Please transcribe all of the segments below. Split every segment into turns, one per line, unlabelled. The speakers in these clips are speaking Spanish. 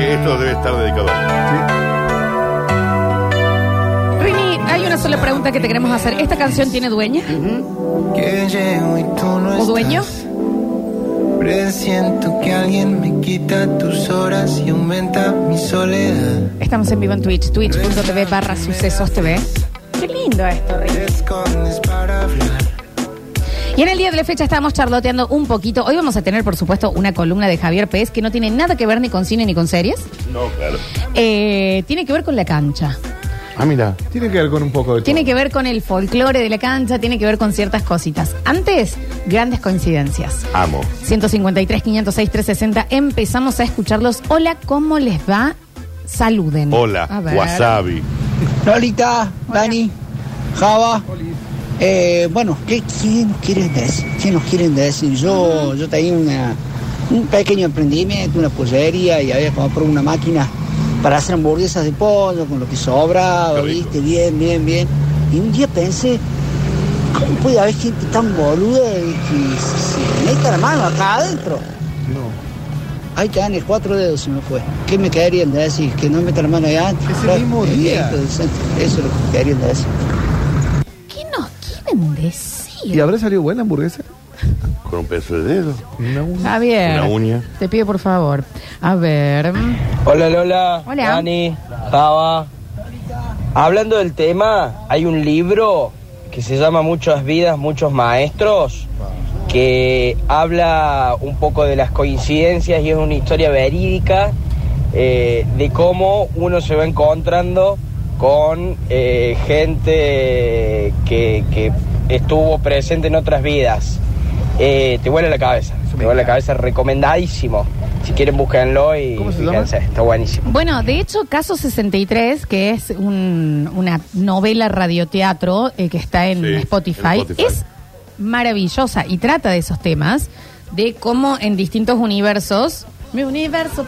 esto debe estar dedicado a él.
Rini, hay una sola pregunta que te queremos hacer. ¿Esta canción tiene dueña?
Que llego y tú no
¿O dueño?
estás. Presiento que alguien me quita tus horas y aumenta mi soledad.
Estamos en vivo en Twitch, twitch.tv barra sucesos TV. Qué lindo esto, Rini.
Te escondes para hablar.
Y en el día de la fecha estábamos charloteando un poquito. Hoy vamos a tener, por supuesto, una columna de Javier Pérez que no tiene nada que ver ni con cine ni con series.
No, claro.
Eh, tiene que ver con la cancha.
Ah, mira, tiene que ver con un poco de todo.
Tiene que ver con el folclore de la cancha, tiene que ver con ciertas cositas. Antes, grandes coincidencias.
Amo.
153, 506, 360. Empezamos a escucharlos. Hola, ¿cómo les va? Saluden.
Hola,
A ver.
Wasabi.
Lolita, Dani, Java. Eh, bueno, ¿qué, ¿quién quieren decir? ¿Qué nos quieren decir? Yo, yo tenía una, un pequeño emprendimiento, una pollería y había comprado una máquina para hacer hamburguesas de pollo con lo que sobraba,
Qué rico.
viste, bien, bien, bien. Y un día pensé, ¿cómo puede haber gente tan boluda de que se, se meta la mano acá adentro? Ahí te dan el cuatro dedos se me fue. ¿Qué me quedarían de decir? Que no meta la mano allá antes.
Ese
Claro,
mismo
eh,
día.
hijo de santo, Eso es lo que me quedarían de decir.
¿Qué nos quieren
¿Y
decir?
habrá salido buena hamburguesa?
Con un pedazo de dedo.
Una, una.
Javier.
Una uña.
Te pido por favor. A ver.
Hola Lola,
Hola.
Dani, Java. Hablando del tema, hay un libro que se llama Muchas vidas, muchos maestros, que habla un poco de las coincidencias y es una historia verídica eh, de cómo uno se va encontrando con eh, gente que, que estuvo presente en otras vidas. Eh, te huele la cabeza, te huele la cabeza, recomendadísimo. Si quieren, búsquenlo y
¿Cómo se llama?
fíjense, está buenísimo.
Bueno, de hecho, Caso 63, que es un- una novela radioteatro eh, que está en
Sí,
Spotify,
en Spotify.
es maravillosa y trata de esos temas, de cómo en distintos universos... Mi universo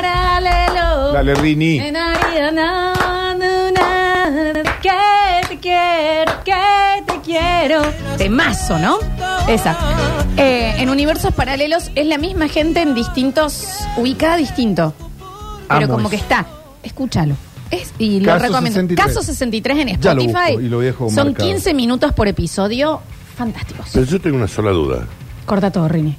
paralelo.
Dale, Rini.
En Ariana, na, na, na, Que te quiero, que te quiero. Temazo, ¿no? Esa. Eh, en universos paralelos es la misma gente en distintos, ubicada distinto. Pero
Amo
como
eso.
que está. Escúchalo. Es, y lo
Caso
recomiendo.
63.
Caso 63 en
Ya lo
Spotify.
busco y lo dejo
Son
marcado.
15 minutos por episodio. Fantásticos.
Pero yo tengo una sola duda.
Corta todo, Rini.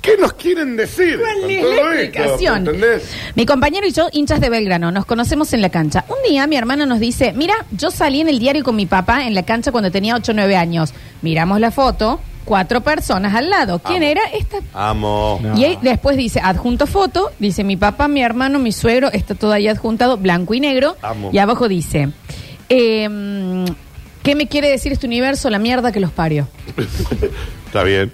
¿Qué nos quieren decir? con
¿Cuál es
todo
la
esto?
explicación?
¿Entendés?
Mi compañero y yo, hinchas de Belgrano, nos conocemos en la cancha. Un día mi hermano nos dice, mira, yo salí en el diario con mi papá en la cancha cuando tenía 8 o 9 años. Miramos la foto, cuatro personas al lado. ¿Quién
Ah.
era? Esta.
Amo.
No.
Y ahí después dice, adjunto foto, dice mi papá, mi hermano, mi suegro, está todo ahí adjuntado, blanco y negro.
Amo.
Y abajo dice, ehm, ¿qué me quiere decir este universo? La mierda que los parió.
Está bien.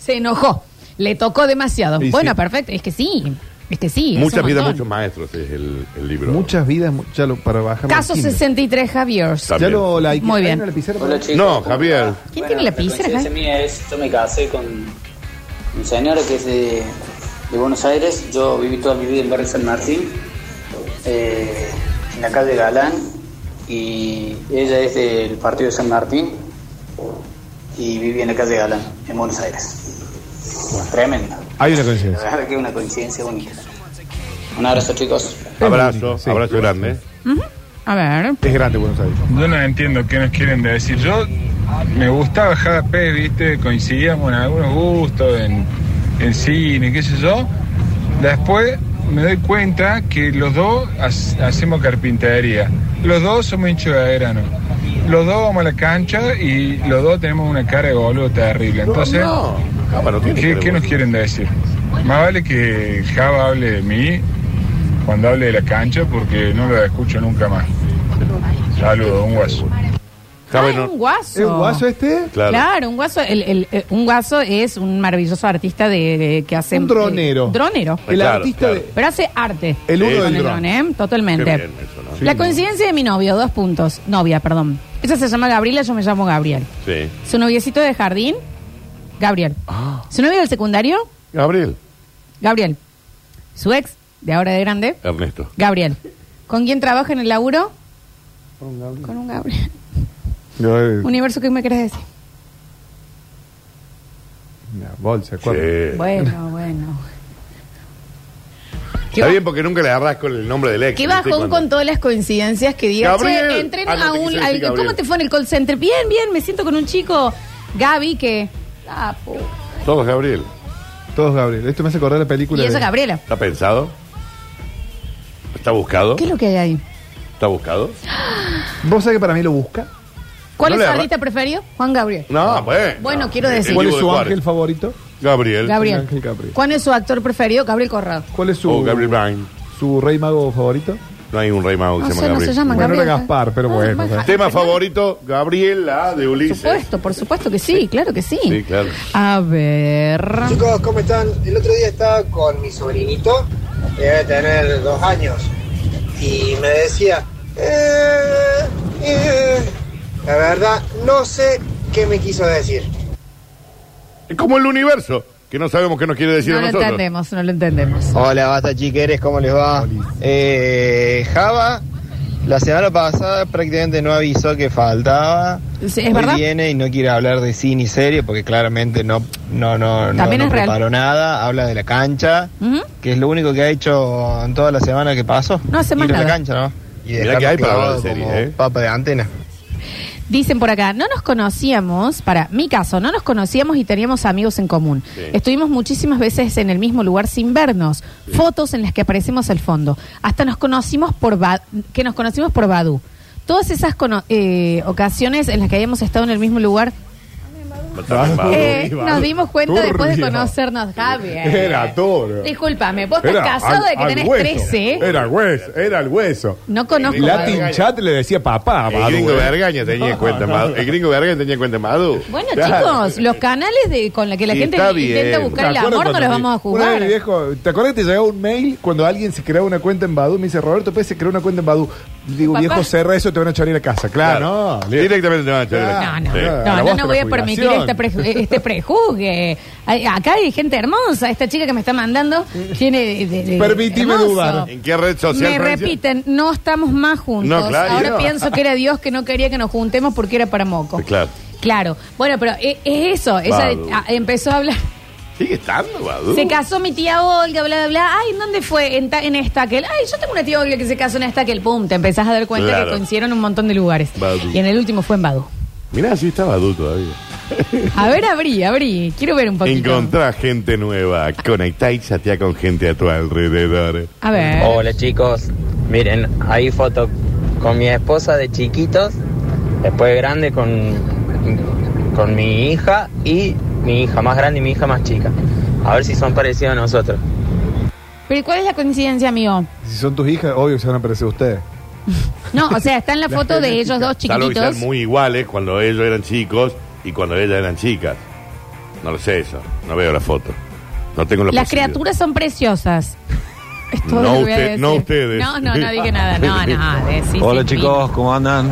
Se enojó. Le tocó demasiado.
Y
bueno,
sí.
perfecto. Es que sí. Es que sí. es
Muchas
un
vidas,
montón.
muchos maestros es el, el libro.
Muchas vidas, mu- ya lo para bajar.
Caso
Martínez.
63, Javier.
Ya lo la
Muy
¿hay
bien.
una lapicera?
No, Javier.
¿Quién tiene la pizarra,
La coincidencia
Javi?
mía es, yo me casé con un señor que es de, de Buenos Aires. Yo viví toda mi vida en barrio San Martín, eh, en la calle Galán, y ella es del partido de San Martín y viví en la calle Galán, en Buenos Aires. Tremendo.
Hay una
La
coincidencia.
verdad que es una coincidencia única. Un abrazo, chicos.
Abrazo,
Sí.
abrazo
¿eh?
grande.
A ver.
Es grande Buenos Aires.
Yo no entiendo qué nos quieren decir. Yo me gustaba JP, viste, coincidíamos en algunos gustos, en, en cine, qué sé yo. Después me doy cuenta que los dos hac- hacemos carpintería. Los dos somos hinchos de grano. Los dos vamos a la cancha y los dos tenemos una cara de boludo terrible. Entonces,
no, Java Oh, no tiene
¿Qué,
que
qué nos quieren decir? Más vale que Java hable de mí cuando hable de la cancha porque no lo escucho nunca más. Saludos, un guaso.
Java
Ah,
no-
un guaso.
¿Es un guaso este?
Claro.
Claro. un guaso. el- el- eh, un guaso es un maravilloso artista de, de- que hace.
Un dronero.
eh, dronero.
El
Claro,
artista
claro.
de.
Pero hace arte.
El uno
Sí.
Con
del
el
dron.
dron, ¿eh? Totalmente.
Qué bien eso, ¿no?
Sí,
la
no.
coincidencia de mi novio, dos puntos. Novia, perdón. Ella se llama Gabriela, yo me llamo Gabriel.
Sí.
Su noviecito de jardín, Gabriel.
Ah.
Su novio del secundario,
Gabriel,
Gabriel. Su ex, de ahora de grande,
Ernesto.
Gabriel. ¿Con quién trabaja en el laburo? Con un Gabriel.
No, es
Universo, ¿qué me querés decir?
Una bolsa,
Sí. Eh.
cuatro.
Bueno, bueno. Que
Está bien porque nunca le agarras con el nombre del ex.
Qué
¿viste?
bajón
Cuando-
con todas las coincidencias que diga.
Gabriel.
Che, entren
Ah, no,
a
te
un.
quise decir
al- ¿Cómo
Gabriel.
te fue en el call center? Bien, bien, me siento con un chico, Gaby, que. Ah, pu-
Todos, Gabriel.
Todos Gabriel. Esto me hace acordar la película.
Y eso,
de-
Gabriela.
¿Está pensado? ¿Está buscado?
¿Qué es lo que hay ahí?
¿Está buscado?
¿Vos sabés que para mí lo busca?
¿Cuál
No
es
le
tu
agarra-
artista preferido? Juan Gabriel.
No, bueno.
Ah, Bueno, quiero decir- Sí.
¿Cuál
El
es
Dibu
su
de
ángel
Juárez.
favorito?
Gabriel.
Gabriel.
Ángel Gabriel.
¿Cuál es su actor preferido? Gabriel Corrado.
¿Cuál es su,
O Gabriel Bryan.
su rey mago favorito?
No hay un rey mago que
No
se
sé,
llama
Ah, no se
Gabriel.
llama
Bueno,
Gabriel.
era Gaspar, pero
Ah,
bueno,
bueno,
o sea.
Tema favorito, Gabriela de
Por
Ulises.
supuesto, por supuesto que sí, claro que sí.
Sí, claro.
A ver.
Chicos, ¿cómo están? El otro día estaba con mi sobrinito, que debe tener dos años, y me decía, "Eh, eh". la verdad, no sé qué me quiso decir.
Es como el universo, que no sabemos qué nos quiere decir
No
a
lo
nosotros.
entendemos, no lo entendemos.
Hola, basta chiqueres, ¿cómo les va? Eh, Java, la semana pasada prácticamente no avisó que faltaba.
Sí, ¿Es
Hoy
verdad?
viene y no quiere hablar de cine y serie porque claramente no, no, no, no,
También
no
es real.
preparó nada. Habla de la cancha,
Ujú.
que es lo único que ha hecho en toda la semana que pasó.
No hace más
Ir a la
nada.
cancha, ¿no? Y
Mirá que hay para hablar de
clavado
serie,
como
¿eh?
Papa de antena.
Dicen por acá, no nos conocíamos, para mi caso, no nos conocíamos y teníamos amigos en común.
Sí.
Estuvimos muchísimas veces en el mismo lugar sin vernos, fotos en las que aparecemos al fondo. Hasta nos conocimos por Ba- que nos conocimos por Badu. Todas esas cono- eh, ocasiones en las que habíamos estado en el mismo lugar,
También va.
eh,
Badu.
nos dimos cuenta
Turbio.
después de conocernos, Javier.
Eh, Era toro.
Discúlpame, vos estás
Era
casado
al-
de que
al
tenés
hueso.
13.
Era el hueso, era el hueso.
No conozco.
Latin
Badu.
chat le decía papá.
El
Badu,
gringo
eh.
Vergaña tenía en cuenta Madu. El gringo Vergaña tenía en cuenta Madu.
Bueno,
Claro.
chicos, los canales de, con los que la
Sí,
gente
está
intenta
bien.
buscar el
¿Te acuerdas
amor no los
cuando
vamos a
mi- una vez mi
jugar.
viejo- ¿Te acuerdas que te llegaba un mail cuando alguien se creaba una cuenta en Badu? Me dice, Roberto Pérez se creó una cuenta en Badu. Digo,
Papá.
viejo, cerra eso, te van a echar a ir a casa. Claro,
Claro.
Ah, no. li-
Directamente te van a echar de la-
No,
Ah,
no,
Sí.
claro.
no,
la
no,
voz
no
de
voy a
la
permitir
jubilación.
este, preju- este prejuzgue. Ay, Acá hay gente hermosa. Esta chica que me está mandando tiene. de- de- de-
Permitime
hermoso.
dudar.
¿En qué red social?
Me
Francia?
repiten, no estamos más juntos.
No, claro.
Ahora pienso que era Dios que no quería que nos juntemos porque era para moco.
Pues Claro.
Claro. Bueno, pero e- es eso. Ella
Badu.
ah, empezó a hablar.
Sigue estando, Badu.
Se casó mi tía Olga, bla, bla, bla. Ay, ¿en dónde fue? En, ta- en Estaquel. Ay, yo tengo una tía Olga que se casó en Estaquel. Pum, te empezás a dar cuenta
Claro.
que coincidieron un montón de lugares.
Badu.
Y en el último fue en Badu.
Mirá, sí está Badu todavía.
A ver, abrí, abrí. Quiero ver un poquito.
Encontrá gente nueva. Conectá y chatea con gente a tu alrededor.
A ver.
Hola chicos, miren, hay fotos con mi esposa de chiquitos, después grande con, con mi hija y mi hija más grande y mi hija más chica. A ver si son parecidos a nosotros.
Pero ¿cuál es la coincidencia, amigo?
Si son tus hijas, obvio se van a parecer a ustedes.
No, o sea, está en la foto de ellos dos
Salvo que
chiquititos.
sean muy iguales cuando ellos eran chicos y cuando ellas eran chicas. No lo sé eso. No veo la foto. No tengo la
Las
posibilidad.
criaturas son preciosas. Es
No
todo lo que voy a
usted-
decir.
no ustedes.
No, no, no dije nada. No, no, decí,
Hola
sí,
chicos, ¿cómo andan?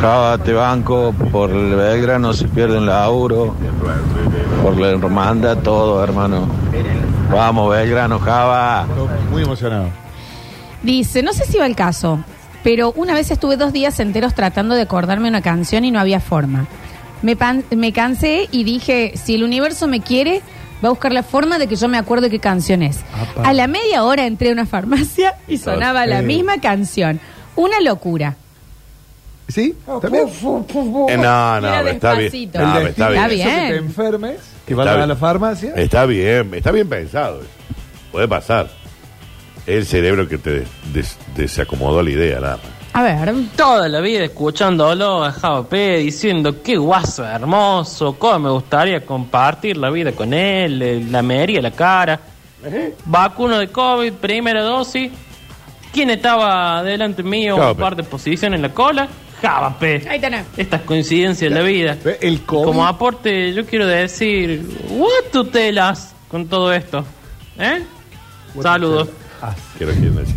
Java, te banco, por el Belgrano se pierden la Auro, por la hermandad, todo hermano. Vamos Belgrano, Java.
Estoy muy emocionado.
Dice, no sé si va el caso, pero una vez estuve dos días enteros tratando de acordarme una canción y no había forma. Me, pan- me cansé y dije, si el universo me quiere, va a buscar la forma de que yo me acuerde qué canción es.
Apa.
A la media hora entré a una farmacia y sonaba la
Sí.
misma canción. Una locura.
¿Sí? ¿También?
Eh, no, no,
Mira,
pero está bien.
despacito.
No, pero está bien.
destino. Está bien.
Que te enfermes, que vas
Está bien.
a la farmacia.
Está bien, está bien pensado. eso. Puede pasar. El cerebro que te des- des- desacomodó la idea, nada más.
A ver,
Toda la vida escuchándolo a P diciendo qué guaso hermoso, cómo me gustaría compartir la vida con él, eh, la mería, la cara. Vacuno de COVID, primera dosis. ¿Quién estaba delante mío un
Javape.
par de posiciones en la cola? Javapé.
ahí tenés.
Estas coincidencias de la vida.
Ve, El COVID.
Como aporte, yo quiero decir, what tutelas con todo esto. ¿Eh? Saludos.
Quiero que decir.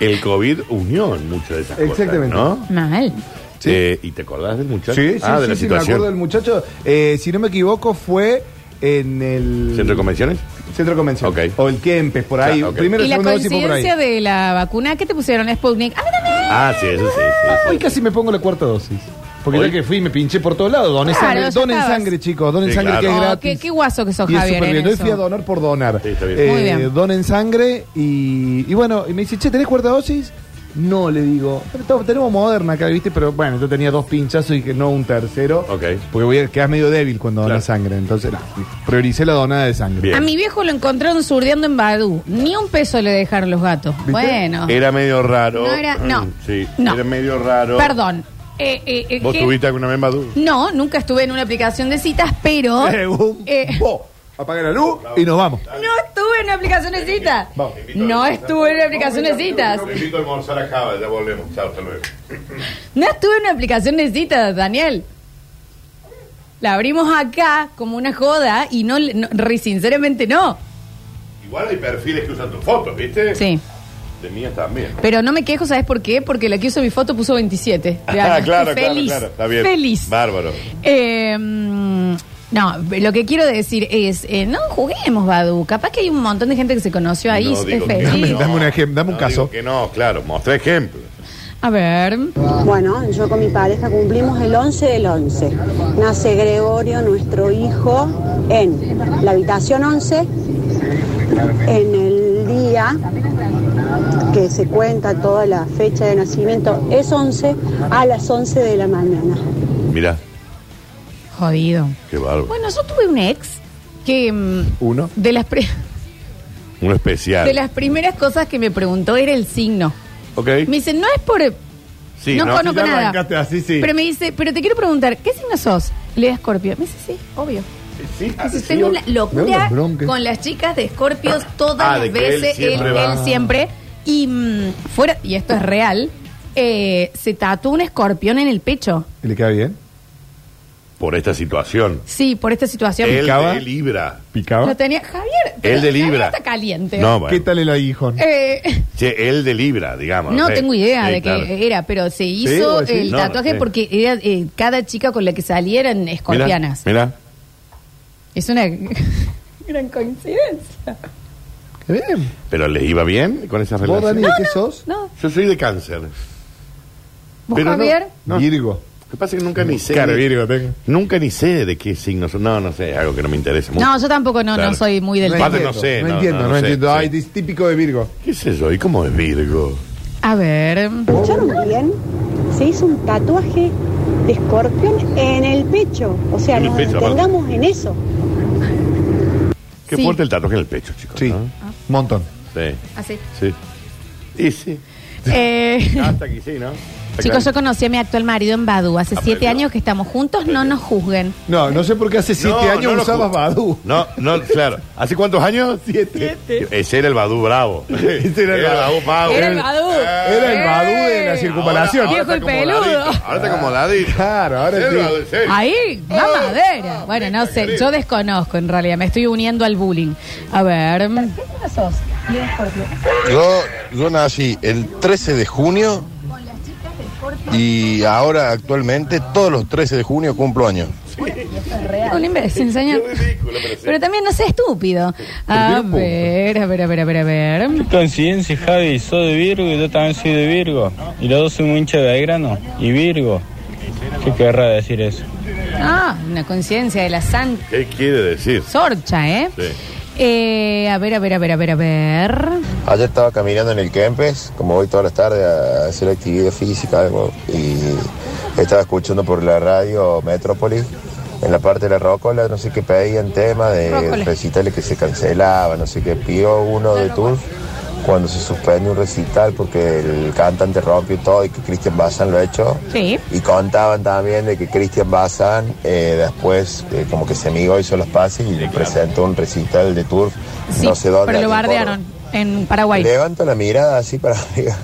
El COVID unió en muchas de esas
Exactamente.
cosas. ¿no?
Mal.
Sí.
Eh, ¿Y te acordás del muchacho?
Sí, sí,
ah, de la
sí, sí, me
situación.
acuerdo del muchacho. Eh, si no me equivoco, fue en el.
¿Centro de convenciones?
Centro de Convención.
Ok.
O el Kempes, por ahí.
Ah, ok.
Primero,
Y la
segundo, dosis, fue por ahí.
coincidencia de la vacuna que te pusieron Sputnik. ¡Ah, mira, mira!
Ah, sí, eso sí. sí, sí.
Hoy casi me pongo la cuarta dosis. Porque ya que fui me pinché por todos lados. Doné
Claro,
sangre,
ya
donen
estabas.
sangre, chicos. Donen
Sí,
sangre
claro.
que es
Oh,
gratis.
qué, qué guaso que sos,
Y es
Javier.
súper
en
bien. Hoy
eso.
fui a donar por donar.
Sí, está bien.
Eh,
Muy bien.
Donen sangre y, y bueno, y me dice, che, ¿tenés cuarta dosis? No, le digo. Pero to- tenemos moderna acá, ¿viste? Pero bueno, yo tenía dos pinchazos y que no un tercero.
Ok.
Porque voy a quedar medio débil cuando donas
Claro.
sangre. Entonces, no, prioricé la donada de sangre.
Bien.
A mi viejo lo encontraron surdeando en Badú. Ni un peso le dejaron los gatos.
¿Viste?
Bueno.
Era medio raro. Mm,
No era- no.
Sí,
No.
era medio raro.
Perdón. Eh, eh, eh,
¿Vos
que-
tuviste alguna vez en Badoo?
No, nunca estuve en una aplicación de citas, pero.
Eh, un
eh,
po. Apaga la luz y nos vamos.
no estuve en una aplicación de citas.
Vamos.
No estuve en una aplicación de citas.
Te invito a almorzar a Java, ya volvemos. Chao, hasta luego.
No estuve en una aplicación de citas, Daniel. La abrimos acá como una joda y no, le- no re- sinceramente no.
Igual hay perfiles que usan tus fotos, ¿viste?
Sí.
De mías también.
Pero no me quejo, ¿sabes por qué? Porque la que uso mi foto puso 27. de
Ah,
año.
claro, claro,
feliz,
claro. Está bien.
Feliz.
Bárbaro.
Eh, mm, no, lo que quiero decir es, eh, no juguemos, Badu. Capaz que hay un montón de gente que se conoció ahí.
No digo
es
que
feliz.
no.
Dame un ejem- dame un
No
caso.
digo Que no, claro. Mostré ejemplo.
A ver.
Bueno, yo con mi pareja cumplimos el 11 del 11. Nace Gregorio, nuestro hijo, en la habitación 11, en el día que se cuenta toda la fecha de nacimiento, es 11 a las 11 de la mañana.
Mirá,
Jodido.
qué bárbaro.
Bueno, yo tuve un ex que... mm,
Uno.
De las, pri-
Un especial.
de las primeras cosas que me preguntó era el signo.
Ok.
Me dice, no es por...
Sí,
no,
¿no?
conozco
Ya
nada.
arrancaste así, sí.
Pero me dice, pero te quiero preguntar, ¿qué signo sos? Le da Scorpio. Me dice, sí, obvio.
Sí,
Entonces, tengo una
Me da
locura
una bronca.
con las chicas de Scorpios todas
Ah, de
las
que él
veces, él
siempre
él,
va.
siempre. Y mm, fuera, y esto es real, eh, se tatuó un escorpión en el pecho.
¿Y le queda bien?
Por esta situación.
Sí, por esta situación.
Él
picaba?
de Libra.
¿Picaba?
Lo tenía. Javier, pero
Él de
Javier
Libra.
está caliente.
No, bueno.
¿Qué tal el aguijón?
Eh,
Che, él de Libra, digamos.
no
sé.
tengo idea
Sí,
de
claro.
qué era, pero se
Sí,
hizo
vos decís.
el
No,
tatuaje
sí.
porque era, eh, cada chica con la que salía eran escorpianas.
Mirá, mirá.
Es una gran coincidencia.
Qué bien.
Pero les iba bien con esa
¿Vos,
relación.
Dani, de qué sos?
No,
Yo soy de cáncer.
vos,
Pero no-
Javier.
No.
Virgo.
Lo que pasa es que nunca ni sé.
Cara, Virgo tengo.
Nunca ni sé de qué signo son. No, no sé, es algo que no me interesa mucho.
No, yo tampoco no,
Claro.
no soy muy del
No
tema.
Aparte no sé,
No,
no,
entiendo,
no,
no,
no sé,
entiendo.
sí.
Ay, es típico de Virgo.
¿Qué sé yo? ¿Y cómo es Virgo?
A ver.
¿Escucharon bien? Se hizo un tatuaje de escorpión en el pecho. O sea,
En el
nos
pecho, aparte.
detengamos en eso.
Qué
Sí.
fuerte el tatuaje en el pecho, chicos.
Sí,
¿no?
Ah. montón.
Sí.
Así.
Sí. Y sí.
Ah, Eh,
Hasta aquí sí, ¿no? Está
chicos, yo
claro.
conocí a mi actual marido en Badu.
Ah,
Hace
Aprendió.
siete años que estamos juntos, no nos juzguen.
No, no sé por qué hace siete
No,
años
no lo
usabas
ju-
Badu.
No, no, claro. ¿Hace cuántos años? Siete. Ese era el Badú bravo. Ese
era el
Badú
Ah,
bravo. Eh.
Era el Badú.
Eh,
Era el Badu de la
Eh.
circunvalación.
Ahora- Viejo y peludo.
Ahora está como dadito.
Claro, ahora
Era el
sí.
Badú, en serio.
Ahí, mamadera. bueno, no sé, yo desconozco en realidad, me estoy uniendo al bullying. A ver.
Yo, yo nací el 13 de junio y ahora actualmente todos los 13 de junio cumplo años.
Un imbécil, señor.
Ridículo, pero sí.
Pero también no sé, estúpido. A ver, a ver, a ver, a ver, a ver.
Coincidencia, Javi, soy de Virgo y yo también soy de Virgo. Y los dos somos hincha de Belgrano y Virgo. ¿Qué querrá decir eso?
Ah, una conciencia de la santa.
¿Qué quiere decir?
Sorcha, ¿eh?
Sí.
Eh, a ver, a ver, a ver, a ver, a ver.
Ayer estaba caminando en el Kempes, como voy todas las tardes a hacer actividad física, algo, y estaba escuchando por la radio Metrópolis, en la parte de la Rócola, no sé qué pedían tema de
Rócola.
recitales que se cancelaban, no sé qué, pidió uno de Tour cuando se suspende un recital porque el cantante rompió todo y que Cristian Bazán lo ha hecho.
Sí.
Y contaban también de que Cristian Bazán eh, después eh, como que se amigó, hizo los pases y presentó un recital de Tour,
Sí,
no sé dónde.
pero lo
aquí en Córdoba.
bardearon en Paraguay.
Levanto la mirada así para arriba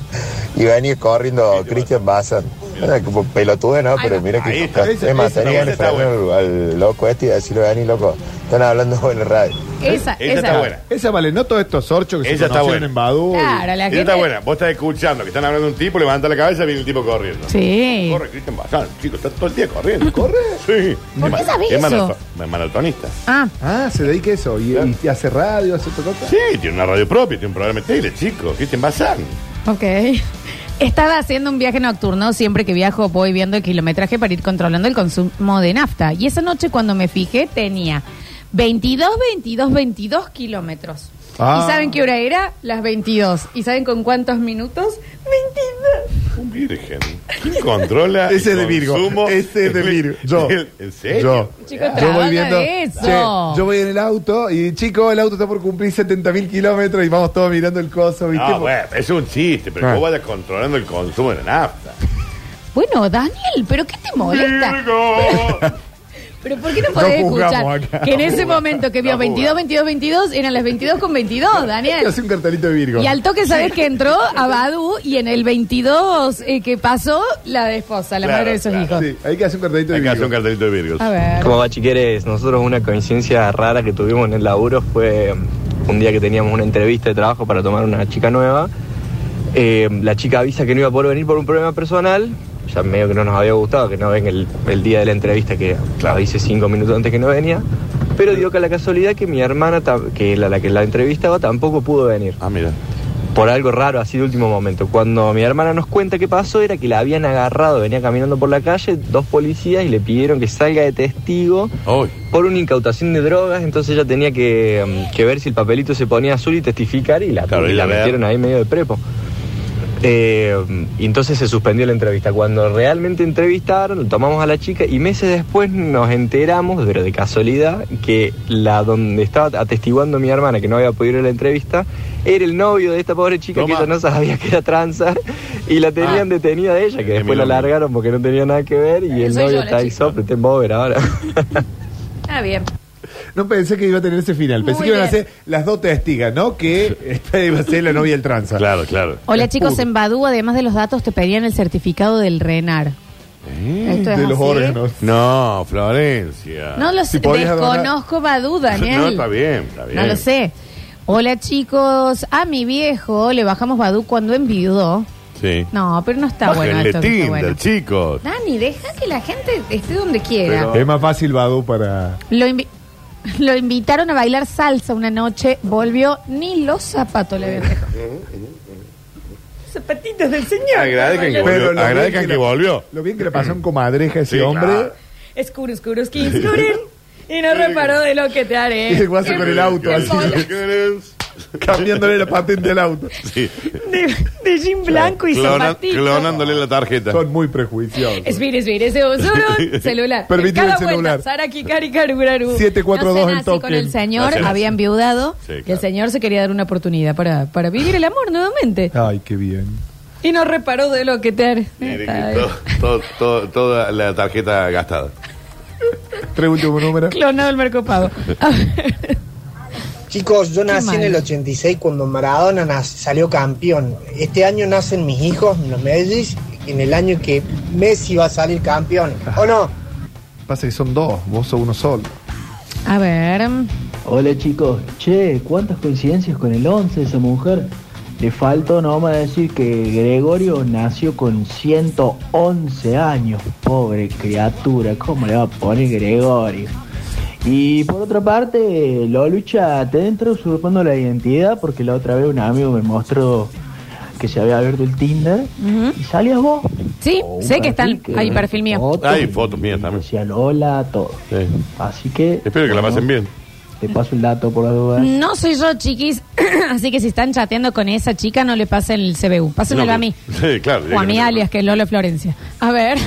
y venía corriendo Cristian Bazan. Era Como pelotude, ¿no? Pero mira
Ahí
que
está.
es más,
Ese-
tenía
ese
que
está
frenar al, al loco este y decirle, vení loco, están hablando en el radio.
Esa, esa.
Esa está buena.
Ah, Esa vale, no todos estos orchos que
Esa
se
está
conocieron
buena.
en Badu.
Claro, la
Esa
gente.
está buena. Vos estás escuchando que están hablando de un tipo, levanta la cabeza y viene el tipo corriendo.
Sí.
Corre, Cristian Bazán, chico, está todo el día corriendo. ¿Corre? Sí.
¿Por
Es
qué
ma-
sabés
es
eso?
marato- maratonista.
Ah,
Ah, se dedica a eso. Y,
Claro.
y hace radio, hace otra cosa.
Sí, tiene una radio propia, tiene un programa de tele, chico. Cristian Bazán.
ok. Estaba haciendo un viaje nocturno, siempre que viajo voy viendo el kilometraje para ir controlando el consumo de nafta. Y esa noche cuando me fijé tenía 22, 22, 22 kilómetros.
Ah.
¿Y saben qué hora era? Las 22. ¿Y saben con cuántos minutos? 22.
Virgen. ¿Quién controla?
Ese
el
es de Virgo,
consumo?
ese es de Virgo. Yo.
¿En serio?
Yo.
Chicos, trabaja de eso.
che, yo voy en el auto y chico, el auto está por cumplir 70.000 kilómetros y vamos todos mirando el coso, ¿viste?
No, Ah, bueno, es un chiste, pero
Ah.
vos vayas controlando el consumo de la nafta.
Bueno, Daniel, ¿pero qué te molesta? ¿Pero por qué no
No
podés
juzgamos
escuchar
acá.
que en
No
ese
juzgamos.
momento que vio
No
22, 22, 22, eran las 22 con 22, Daniel?
Hace un cartelito de Virgo.
Y al toque, ¿sabes que entró? A Badu y en el 22 eh, que pasó, la de esposa, la
Claro,
madre de sus
claro.
hijos.
Sí, hay que hacer un cartelito de
Hay que
Virgo.
hacer un cartelito de Virgo.
A ver.
Como va, chiqueres? Nosotros una coincidencia rara que tuvimos en el laburo fue mm, un día que teníamos una entrevista de trabajo para tomar una chica nueva. Eh, la chica avisa que no iba a poder venir por un problema personal. Ya medio que no nos había gustado que no ven el, el día de la entrevista que avise cinco minutos antes que no venía. Pero dio que la casualidad que mi hermana, ta- que la, la que la entrevistaba, tampoco pudo venir.
Ah, mira.
Por algo raro, así de último momento. Cuando mi hermana nos cuenta qué pasó, era que la habían agarrado, venía caminando por la calle, dos policías y le pidieron que salga de testigo por una incautación de drogas. Entonces ella tenía que, mm, que ver si el papelito se ponía azul y testificar y la,
Claro,
y
ir a
la
ver.
metieron ahí medio de prepo. Eh, y entonces se suspendió la entrevista. Cuando realmente entrevistaron, tomamos a la chica y meses después nos enteramos, pero de casualidad, que la donde estaba atestiguando mi hermana que no había podido ir a la entrevista, era el novio de esta pobre chica que ella no sabía que era tranza y la tenían detenida de ella, que después la largaron porque no tenía nada que ver y el
soy yo
novio
la
está ahí
chica.
sopre, está en bober ahora.
Ah, bien.
No pensé que iba a tener ese final. Pensé
Muy
que iban a
bien.
ser las dos testigas, ¿no? Que esta iba a ser la novia del tranza.
Claro, claro.
Hola
Es
chicos,
puro.
en Badú, además de los datos, te pedían el certificado del RENAR. Esto es
de los
así.
órganos.
¿Eh? No, Florencia.
No lo
Si
sé,
podías adorar-
desconozco Badú, Daniel.
No, está bien, está bien.
No lo sé. Hola chicos, a mi viejo le bajamos Badú cuando enviudó.
Sí.
No, pero no está bueno
Bájenle
esto. que está
Tinder,
bueno.
chicos.
Dani, deja que la gente esté donde quiera.
Es más fácil, Badu, para.
Lo, invi- lo invitaron a bailar salsa una noche, volvió, ni los zapatos le
Eh,
habían dejado. Zapatitos del señor.
Agradezcan que
Pero lo
volvió.
bien
Agradezcan
eh. que
que
la-
volvió.
Lo bien que le pasó en comadreja ese
Sí,
hombre.
claro.
Escuro, escuro, esquí, escurín, Y no reparó de lo que te haré.
Y el guaso con el auto,
Qué
así.
bola.
Cambiándole la patente al auto.
Sí.
De, de jean blanco y
Clona-
zapatitos.
Clonándole la tarjeta.
Son muy prejuiciosos.
Espire, espire, ese osurón, celular.
Permitime
Cada
el celular.
Vuelta, Sara Kikari, Karuguraru.
742
no sean
el
así
token.
con el
No
señor,
sean así.
había enviudado.
Sí,
Y el
claro.
señor se quería dar una oportunidad para, para vivir el amor nuevamente.
Ay, qué bien.
Y no reparó de lo que te haré.
Mire que todo- todo- todo- Toda la tarjeta gastada.
Tres últimos números.
Clonado el mercopado.
Chicos, yo
Qué
nací en
mal.
el 86 cuando Maradona nas- salió campeón. Este año nacen mis hijos, los Messi, en el año que Messi va a salir campeón. ¿O no?
Pasa que son dos, vos sos uno solo.
A ver.
Hola chicos, che, cuántas coincidencias con el 11 esa mujer. Le faltó nomás decir que Gregorio nació con 111 años, pobre criatura, ¿cómo le va a poner Gregorio? Y por otra parte, Lolucha te entra usurpando la identidad porque la otra vez un amigo me mostró que se había abierto el Tinder y salías vos.
Sí,
O un
sé que están.
perfil que-
Hay perfil mío.
Fotos,
Hay fotos mías también.
Decían hola, todo. Así que...
Espero que la
bueno,
pasen bien.
Te paso el dato por la duda.
No soy yo, chiquis. Así que si están chateando con esa chica, no le pasen el CBU. Pásenmelo
No,
a mí.
Sí, claro.
O a mi alias, que es Lolo Florencia. A ver.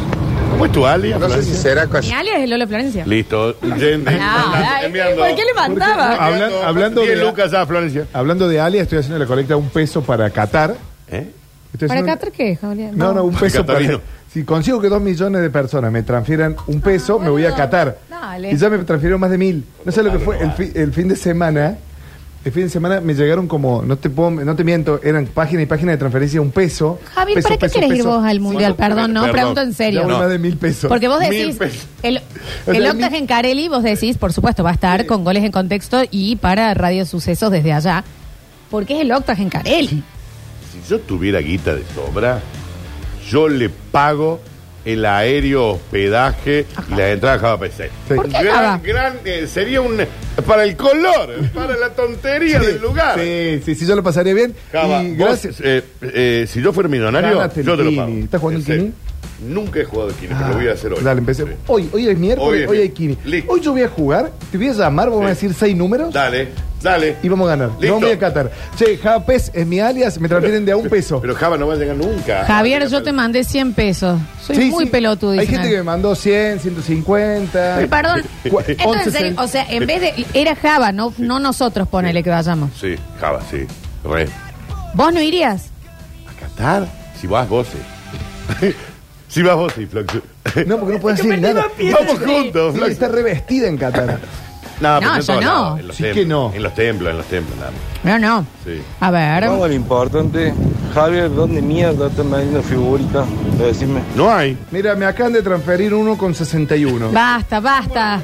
¿Cómo es tu alias?
No sé si
Florencia?
será
Mi
casi.
alias es Lolo Florencia.
Listo. Yendi,
dale,
enviando.
¿por qué le mandaba?
¿Por qué?
Hablan-
Enviando
hablando
10
de-
lucas a Florencia.
Hablando de Alia, estoy haciendo la colecta de un peso para Qatar.
¿Eh?
Estoy
¿Para
haciendo-
Qatar qué, Julián?
Pues No, no, un peso
Catarino.
para. Si consigo que dos millones de personas me transfieran un peso, me voy a
boludo.
Qatar.
Dale.
Y ya me transfirieron más de mil. No sé lo que fue el, fi- el fin de semana. El fin de semana me llegaron como, no te puedo, no te miento, eran página y página de transferencia, un peso.
Javier,
peso,
¿para qué
peso,
querés ir
peso.
vos al mundial?
¿Cuánto?
Perdón, no,
Perdón.
pregunto en serio.
Ya voy más de mil pesos.
Porque vos
Mil
decís,
pesos.
el,
O sea,
el
mil-
Octas en Carelli, vos decís, por supuesto, va a estar con goles en contexto y para Radio Sucesos desde allá, porque es el Octas en Carelli.
Si yo tuviera guita de sobra, yo le pago el aéreo, hospedaje y la entrada a Java PC.
¿Por qué Java?
gran, gran, eh, sería un. Para el color, para la tontería del lugar.
Sí, sí, sí, yo lo pasaría bien.
Java,
y
vos,
gracias.
eh, eh, si yo fuera millonario,
Gánate el
yo te lo
Kini.
pago.
¿Estás jugando el
En serio.
Kini?
Nunca he jugado el Kini, pero lo voy a hacer hoy.
Dale, empecé. Hoy, hoy es miércoles,
Hoy
hoy,
es
hay Kini. Hoy yo voy a jugar, te voy a llamar, vos me vas a decir seis números.
Dale, dale.
Y vamos a ganar. Y
Listo.
vamos a ir a Qatar. Che, Java Pes es mi alias, me transfieren de a un peso.
Pero Java no va a llegar nunca.
Javier, yo te mandé 100 pesos. Soy
Sí,
muy
sí.
pelotudo.
Hay
dicen
gente
ahí.
que me mandó 100, 150.
Pero perdón,
Cu-
esto en
11,
serio, o sea, en vez de. Era Java, no, no nosotros, ponele que vayamos.
Sí, Java, sí. Re.
¿Vos no irías?
Qatar, si vas vos, sí. si vas vos, sí, Flox.
No, porque no puedo hacer nada.
Vamos juntos,
Flox.
Flox.
Está revestida en Qatar.
No,
No,
pero en
yo
todos
no.
lados, en los
Sí
templos,
que no.
En los templos, en los templos, nada más.
No, no.
Sí.
A ver.
Vamos a lo importante. Javier, ¿dónde mierda están vendiendo figuritas? Decime.
No hay.
Mira, me acaban de transferir uno con 61.
Basta, basta.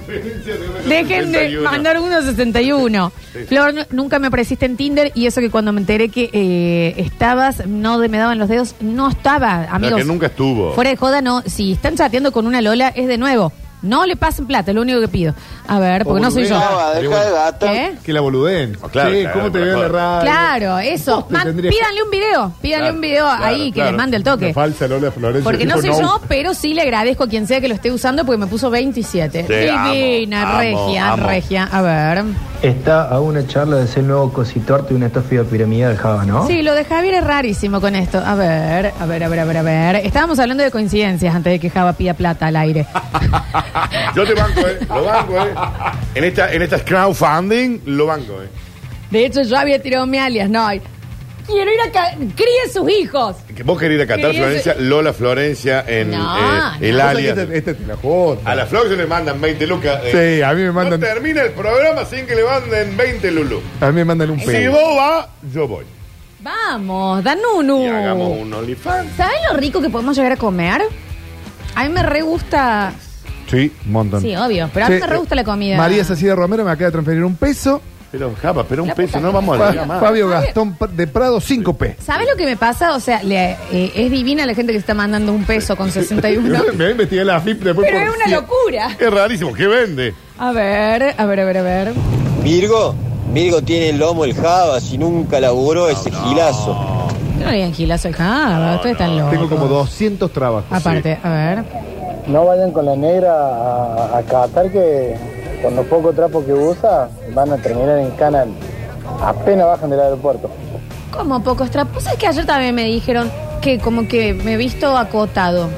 Dejen de
61.
mandar 1.61.
Sí.
Flor, nu- nunca me apareciste en Tinder y eso que cuando me enteré que eh, estabas, no de- me daban los dedos, no estaba,
La
amigos.
que nunca estuvo.
Fuera de joda, no. Si están chateando con una Lola, es de nuevo. No le pasen plata, es lo único que pido. A ver, porque no soy yo. ¿Qué?
Que la boludeen.
claro,
sí,
claro,
¿cómo te
por
veo en la
favor.
radio?
Claro, eso.
Vos te
Man-
tendrías-
pídanle un video, pídanle
Claro,
un video
claro,
ahí que
claro.
les mande el toque.
La falsa Lola Florencia.
Porque no
tipo,
soy yo, pero sí le agradezco a quien sea que lo esté usando porque me puso 27.
Sí,
Divina,
amo, amo,
regia,
amo.
regia. A ver.
Está a una charla de ser nuevo cositorte y una estofía piramidal, Java, ¿no?
Sí, lo de Javier es rarísimo con esto. A ver, a ver, a ver, a ver, a ver. Estábamos hablando de coincidencias antes de que Java pida plata al aire.
Yo te banco, eh. Lo banco, eh. En esta, en estas crowdfunding, lo banco, eh.
De hecho, yo había tirado mi alias, no. Quiero ir a... ca- Críe sus hijos.
Que vos querés ir a Qatar,
Sí,
Florencia, Lola Florencia en
No,
eh,
no.
el
Cosa
alias.
que este, esta- te la jodas.
A la Flox le mandan 20 lucas. eh.
Sí, a mí me mandan,
No termina el programa sin que le manden 20 lulu.
a mí me mandan un
Si
pedo.
vos vas, yo voy.
Vamos, Danunu.
Y hagamos un OnlyFans.
¿Saben lo rico que podemos llegar a comer? A mí me re gusta...
Sí, un montón.
Sí, obvio, pero a mí
Sí,
me re gusta la comida.
María Cecilia Romero me acaba de transferir un peso.
Pero, Japa, pero un
La puta peso, no que
vamos a llegar más.
Fabio Gastón Pr- de Prado, 5P.
¿Sabes lo que me pasa? O sea, le- eh, es divina la gente que se está mandando un peso con 61.
Me voy a investigar la FIP después.
Pero
por
es una
cien.
locura.
Es rarísimo, ¿qué vende?
A ver, a ver, a ver, a ver.
Virgo, Virgo tiene el lomo el Java, si nunca laburó ese
Ah,
gilazo.
Yo no digan gila, soy java, ustedes están locos.
Tengo como 200 trabajos.
Aparte, a ver.
No vayan con la negra a, a Qatar que con los pocos trapos que usa van a terminar en Canal. Apenas bajan del aeropuerto.
Como pocos trapos. Es que ayer también me dijeron que como que me he visto acotado.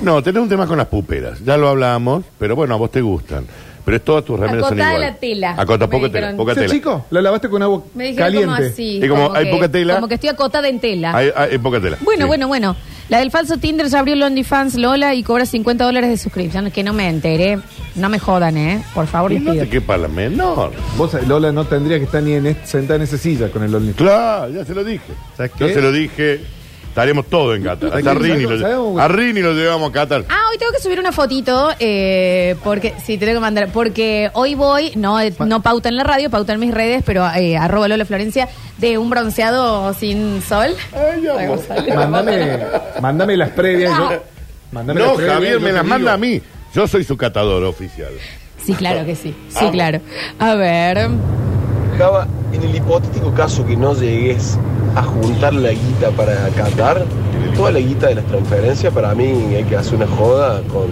No, tenés un tema con las puperas. Ya lo hablamos, pero bueno, a vos te gustan. Pero es todas tus remeras son
Acotada
iguales.
la tela.
Acota,
Me
poca tela,
dijeron.
poca
Sí,
tela.
chico, la lavaste con agua
Me dijeron
caliente.
como así.
Y como hay
que-
poca tela.
Como que estoy acotada en tela.
Hay, hay eh, poca tela.
bueno,
Sí.
bueno, bueno. La del falso Tinder ya abrió el OnlyFans Lola y cobra 50 dólares de suscripción. Que no me enteré. No me jodan, ¿eh? Por favor,
Y
les
no
pido.
te quepa la menor.
Vos, sabés, Lola no tendría que estar ni en este- sentada en esa silla con el OnlyFans.
Claro, ya se lo dije.
¿Sabes
Yo
qué?
se lo dije. Estaremos todos en Qatar. Hasta a
¿Sabes
Rini,
cómo- sabes
lo,
cómo-
a Rini lo llevamos a Qatar.
Ah, hoy tengo que subir una fotito, eh, porque sí, tengo que mandar, porque hoy voy, no, eh, no pauta en la radio, pauta en mis redes, pero eh, arroba Lola Florencia, de un bronceado sin sol.
Ah,
Mándame, mándame las previas. yo- mándame
no,
las previas, yo
Javier, me
te
las
digo.
manda a mí. Yo soy su catador oficial.
Sí, claro que sí, sí,
Vamos.
claro. A ver,
Java, en el hipotético caso que no llegues a juntar la guita para Qatar, toda la guita de las transferencias, para mí hay que hacer una joda con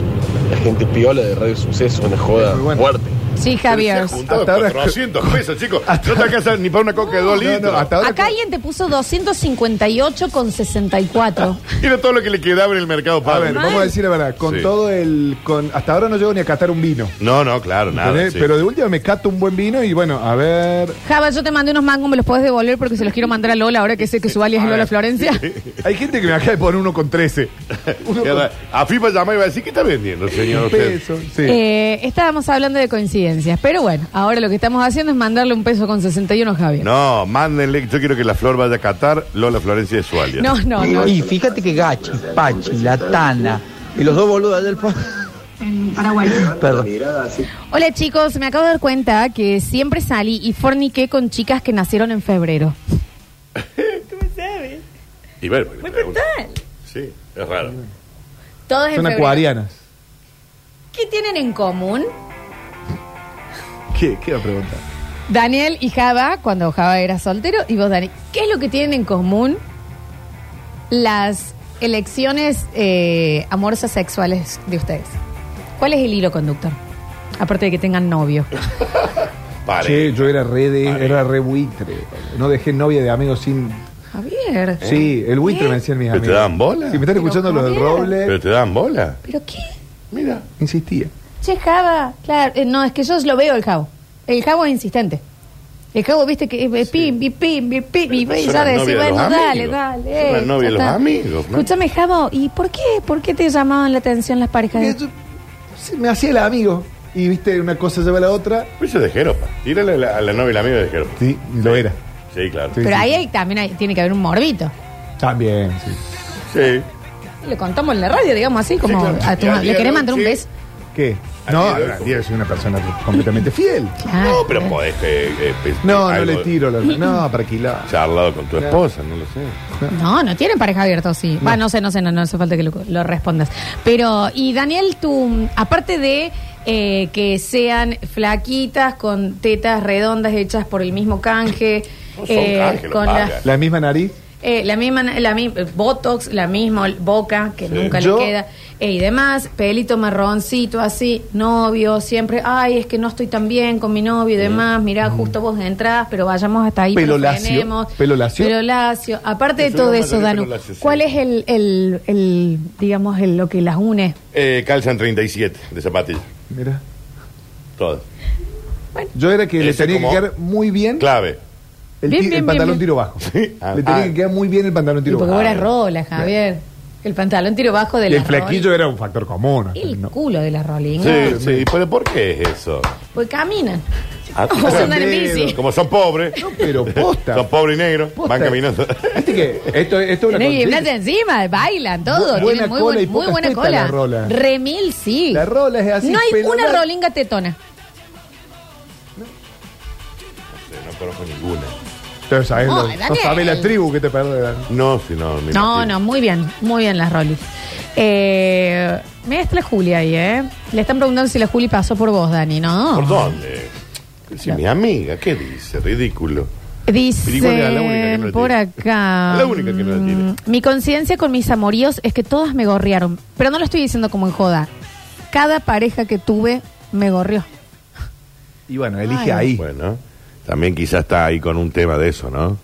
la gente piola de Radio Suceso, una joda fuerte.
sí, Javier.
Juntado 400 pesos, chicos. No te alcanza ni para una coca de 2 litros.
Acá alguien te puso 258 con 64.
Era todo lo que le quedaba en el mercado
A
para
ver, vamos a decir la verdad. Con
Sí.
todo el. Con, hasta ahora no llego ni a catar un vino.
No, no, claro, nada.
¿entendés?
sí.
Pero de última me cato un buen vino y bueno, a ver.
Java, yo te mandé unos mangos, me los puedes devolver porque se los quiero mandar a Lola ahora que sé que su alias es Lola Florencia.
Hay gente que me acaba de poner uno con 13. Uno
Es verdad. A FIPA llama y va a decir, ¿qué está vendiendo, señor?
con
usted?
peso. Sí.
Eh, estábamos hablando de coincidencias, pero bueno, ahora lo que estamos haciendo es mandarle un peso con 61 a Javier.
No, mándenle. Yo quiero que la flor vaya a Qatar. Lola Florencia de Sualia.
No, no, no.
Y fíjate que Gachi, Pachi, la Tana y los dos boludos allá del po-
Paraguay.
Perdón.
Hola chicos, me acabo de dar cuenta que siempre salí y forniqué con chicas que nacieron en febrero.
Y ver, porque le pregunto. Sí, es raro.
Todas en
Son
febrero.
acuarianas.
¿Qué tienen en común?
¿Qué? ¿Qué iba a preguntar?
Daniel y Java, cuando Java era soltero, y vos, Dani, ¿qué es lo que tienen en común las elecciones eh, amorosas sexuales de ustedes? ¿Cuál es el hilo conductor? Aparte de que tengan novio.
Che, yo era re, de- era re buitre. No dejé novia de amigos sin.
Javier.
Sí, el buitre me decían mis
¿Pero
amigos.
te dan bola?
Si me están escuchando los del roble.
¿Pero te dan bola?
¿Pero qué?
Mira.
Insistía.
Che, Java, claro, eh, no, es que yo lo veo el Javo. El Javo es insistente. El Javo, viste, que eh, pim, pim, pim, pim, pim, y
son
ya
las
decís,
novias de
bueno,
los
dale,
amigos.
dale.
Son las
eh,
novias
ya
de los
está.
amigos, ¿no?
Escúchame, Javo, ¿y por qué? ¿Por qué te llamaban la atención las parejas? de-
Sí, Me hacía el amigo. Y viste, una cosa lleva a la otra.
Pues yo de Jeropa. Tírale a la, a la novia y la amiga de Jeropa.
Sí, lo era.
Sí, claro.
Pero ahí hay- también hay- tiene que haber un morbito.
También, sí.
Sí.
Le contamos en la radio, digamos así, como
claro.
a tu
Ya,
mamá. ¿Le
ya,
querés
no,
mandar un
sí.
beso?
¿Qué? No, Diego es una persona completamente fiel.
Ah,
No, pero podés. eh, eh, pe-
No, no
algo
le tiro la. No, para quilar.
Charlado con tu esposa, no lo sé.
No, no tienen pareja abierta, sí. Va, no sé, no sé, no, no hace falta que lo, lo respondas. Pero, y Daniel, tú, aparte de eh, que sean flaquitas, con tetas redondas hechas por el mismo canje,
No son
eh,
canje, lo
con
pagan.
la,
La misma nariz.
eh, la misma, la mi- botox, la misma boca, que
Sí.
nunca
Yo-
le queda, eh, y demás, pelito marroncito así, novio, siempre, ay, es que no estoy tan bien con mi novio y demás, mirá, justo vos entrás, pero vayamos hasta ahí.
Pelo
pero
lacio,
frenemos.
pelo lacio.
Pelo lacio. Aparte de
Yo
todo
no
eso,
mandaría
Danu,
pelo lacio, sí.
¿cuál es el, el, el, digamos, el, lo que las une?
Eh, calzan 37 de zapatillas.
Mira.
Todas.
Yo era que le
Ese
tenía
como
que quedar muy bien.
Clave.
El,
Bien,
ti- el
bien,
pantalón
bien, bien.
tiro bajo.
Ah,
le tenía
ah.
que quedar muy bien el pantalón
Y
tiro
porque
bajo.
vos eras rola, Javier. El pantalón tiro bajo de
Y
la
el flaquillo era un factor común.
rola. El culo de la rolling.
Sí, sí. ¿Pero por qué es eso?
Pues caminan.
Ah,
Como
claro.
son en bici.
Como son pobres.
pero posta.
Son pobres y negros. Van caminando.
¿Viste que esto, esto es una
Tienen
consigna.
gimnasia encima, bailan todo.
Bu- buena
tienen muy,
cola
buen-
y
muy
pocas
buena
tetas
cola.
la rola.
Remil, sí.
La rola es así,
No hay
pelo
una
largo.
rolinga tetona.
No conozco ninguna.
Pero sabes,
No,
lo- no,
Daniel.
sabes la tribu que te perderán.
No, si no. me
No,
imagino.
no, muy bien, muy bien las Rolis. Eh, me está la Juli ahí, ¿eh? Le están preguntando si la Juli pasó por vos, Dani, ¿no?
¿Por dónde? Si mi amiga, ¿qué dice? Ridículo. Pero igual era la única que no
Dice
la
por
tiene.
acá.
La única que no la tiene.
mm, Mi conciencia con mis amoríos es que todas me gorrearon, pero no lo estoy diciendo como en joda. Cada pareja que tuve me gorrió.
Y bueno,
elige Ay. ahí.
Bueno, también quizás está ahí con un tema de eso, ¿no?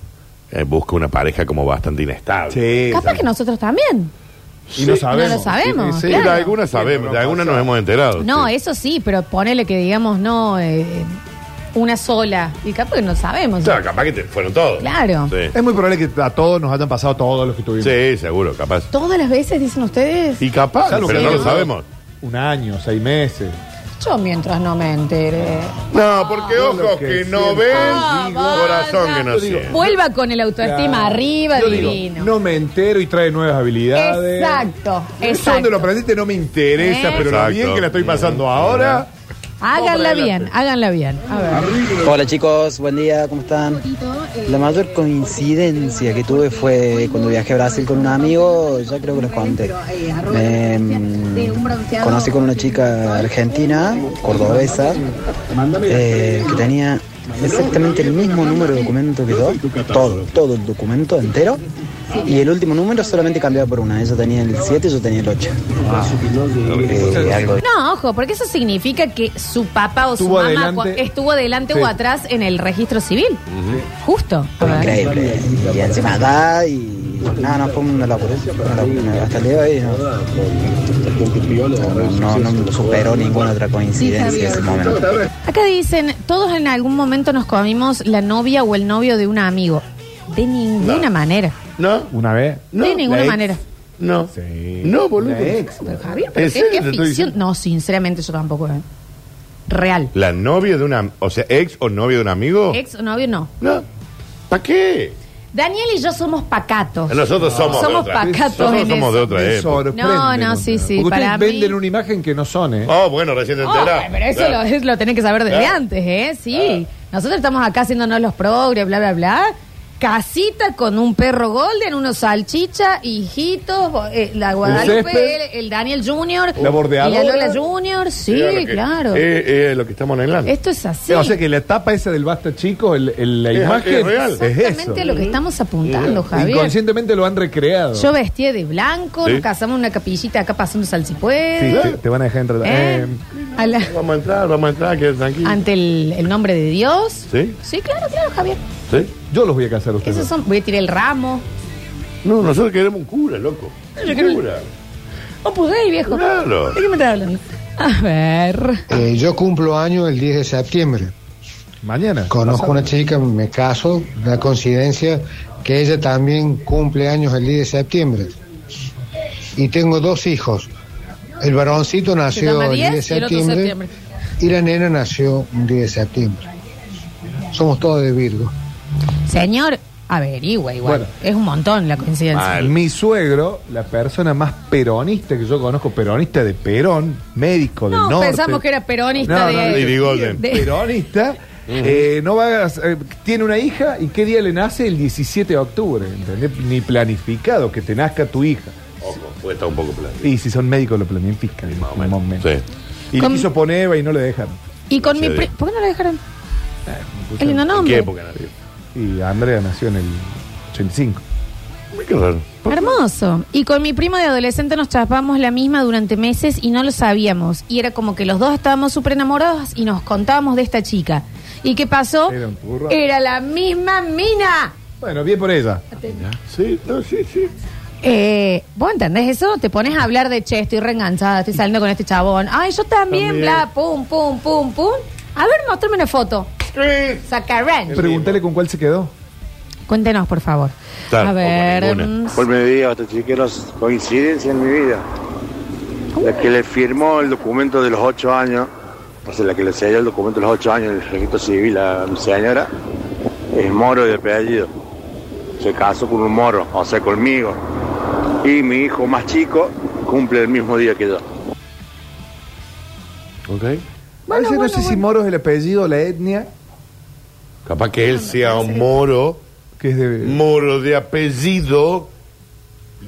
Eh, busca una pareja como bastante inestable. Sí.
Capaz que nosotros también.
Y no
sabemos. No lo sabemos,
Sí, sí,
claro.
de algunas sabemos, de algunas nos hemos enterado.
No, eh.
sí.
eso sí, pero ponele que digamos, no, eh, una sola. Y capaz que no sabemos.
Claro, capaz que te fueron todos.
Claro.
Sí.
Es muy probable que a todos nos hayan pasado todos los que tuvimos.
Sí, seguro, capaz.
Todas las veces dicen ustedes.
Y capaz,
Salvo
pero
que-
no lo sabemos.
Un año, seis meses.
Yo mientras no me entere.
No, porque ojos que, no ven,
Ah,
corazón que no
Yo digo,
siente.
Vuelva con el autoestima
Claro.
arriba,
Yo digo,
divino.
no me entero y trae nuevas habilidades.
Exacto,
Eso donde lo
exacto.
aprendiste no me interesa,
Eh.
pero lo
Exacto.
bien que la estoy pasando ahora.
Háganla bien, háganla bien. A ver.
Hola chicos, buen día, ¿cómo están? La mayor coincidencia que tuve fue cuando viajé a Brasil con un amigo, ya creo que les conté. Me, mm, conocí con una chica argentina, cordobesa, eh, que tenía exactamente el mismo número de documento que yo, todo, todo el documento entero, y el último número solamente cambiaba por una, ella tenía el 7 y yo tenía el 8. Eh, algo
No, ojo, porque eso significa que su papá o su
Estuvo
mamá
adelante.
cua- estuvo adelante
Sí.
o atrás en el registro civil. Justo. A ver.
increíble. Y encima acá y. No, no, fue una locura. Una locura. Hasta el día de hoy no. No, no, no superó ninguna otra coincidencia ese momento.
Acá dicen, todos en algún momento nos comimos la novia o el novio de un amigo. De ninguna manera.
¿No?
¿Una vez?
de ninguna manera.
No. No, boludo.
Pero Javier, ¿pero
¿En
qué,
serio
qué
te estoy
ficción? No, sinceramente yo tampoco. eh. Real.
La novia de una. O sea, ex o novio de un amigo.
Ex o novio, no.
No. ¿Para qué?
Daniel y yo somos pacatos.
Nosotros somos de
Somos
otra.
pacatos
Nosotros
en
somos
eso.
de otra
Me
época.
sorprende
No, no, sí,
encontrar.
sí,
Porque ustedes
para mí-
venden una imagen que no son, ¿eh?
Oh, bueno, recién te
Oh,
enterás.
pero eso
Claro.
lo, es- lo tenés que saber desde
Claro.
antes, ¿eh? Sí. Nosotros estamos acá haciéndonos los progres, bla, bla, bla. Casita con un perro golden, unos salchichas, hijitos, eh, la Guadalupe,
césped.
el, el Daniel Junior,
La
y
bordeadora.
la Lola Junior, sí,
Era lo que-
claro.
Eh, eh, lo que estamos anhelando.
Esto es así.
O sea que la etapa esa del basta chico, el- el- la
Es-
imagen
es real.
Exactamente
eso.
a lo que estamos apuntando, Javier.
Inconscientemente lo han recreado.
Yo vestía de blanco,
Sí.
nos casamos en una capillita acá pasando
Sí,
salsipuedo.
te, te van a dejar entrar.
¿Eh?
Eh,
A la-
Vamos a entrar, vamos a entrar, quédate tranquilo.
ante el, el nombre de Dios.
¿Sí?
Sí, claro, claro, Javier.
¿Sí?
Yo los voy a casar a ustedes.
Esos son, voy a tirar el ramo.
No, nosotros queremos un cura, loco. Un cura.
Oh, pues ahí, viejo.
Claro.
¿De qué me estás hablando? A ver.
Eh, yo cumplo año el 10 de septiembre.
Mañana.
Conozco una chica, me caso, la coincidencia que ella también cumple años el 10 de septiembre. Y tengo dos hijos. El varoncito nació
llama
el 10 de
10 y el otro
septiembre
septiembre.
y la nena nació el 10 de septiembre. Somos todos de Virgo.
Señor, averigua igual.
Bueno. Ah,
Es un montón la coincidencia.
Mi suegro, la persona más peronista que yo conozco, peronista de Perón, médico del
No,
norte.
pensamos que era peronista
No,
de.
no, no,
Irigoyen.
de-
peronista. eh, no va a- eh, tiene una hija y qué día le nace el 17 de octubre, ¿entendés? Ni planificado que te nazca tu hija.
Ojo, Oh, puede estar un poco plano.
Y si son médicos lo planifican. más o menos. Y le
Con-
quiso poner Eva y no le dejan.
Y con
Sí,
mi.
de-
pri- ¿Por qué no la dejaron? El lindo nombre.
nació?
Y Andrea nació en el 85.
Qué raro.
Hermoso. Y con mi primo de adolescente nos chapamos la misma durante meses y no lo sabíamos. Y era como que los dos estábamos súper enamorados y nos contábamos de esta chica. ¿Y qué pasó?
Era un turro.
Era la misma mina.
Bueno, bien por ella.
Sí, no, sí, sí.
Eh, ¿Vos entendés eso? Te pones a hablar de che, estoy reenganchada, estoy saliendo con este chabón. Ay, yo también,
También.
bla, pum, pum, pum, pum. A ver, mostrame una foto. Sacarán.
Pregúntale con cuál se quedó.
Cuéntenos, por favor.
Claro,
a
o con
ver. mm,
Buen día, hasta chiqueros. Coincidencia en mi vida. La que le firmó el documento de los ocho años, o sea, la que le selló el documento de los ocho años, el registro civil a mi señora, es moro de apellido. Se casó con un moro, o sea, conmigo. Y mi hijo más chico cumple el mismo día que yo.
Ok.
A veces no sé si moro es el apellido o la etnia.
Capaz que
Ah,
él sea un moro.
Que es de...
Moro de apellido.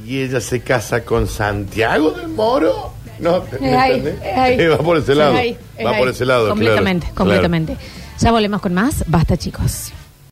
Y ella se casa con Santiago del Moro. No, ¿me
Es ahí,
entendés?
es ahí.
Eh, va por ese lado.
Es ahí, es
va
ahí.
por ese lado. claro.
Completamente,
Claro.
completamente. Ya volvemos con más. Basta, chicos.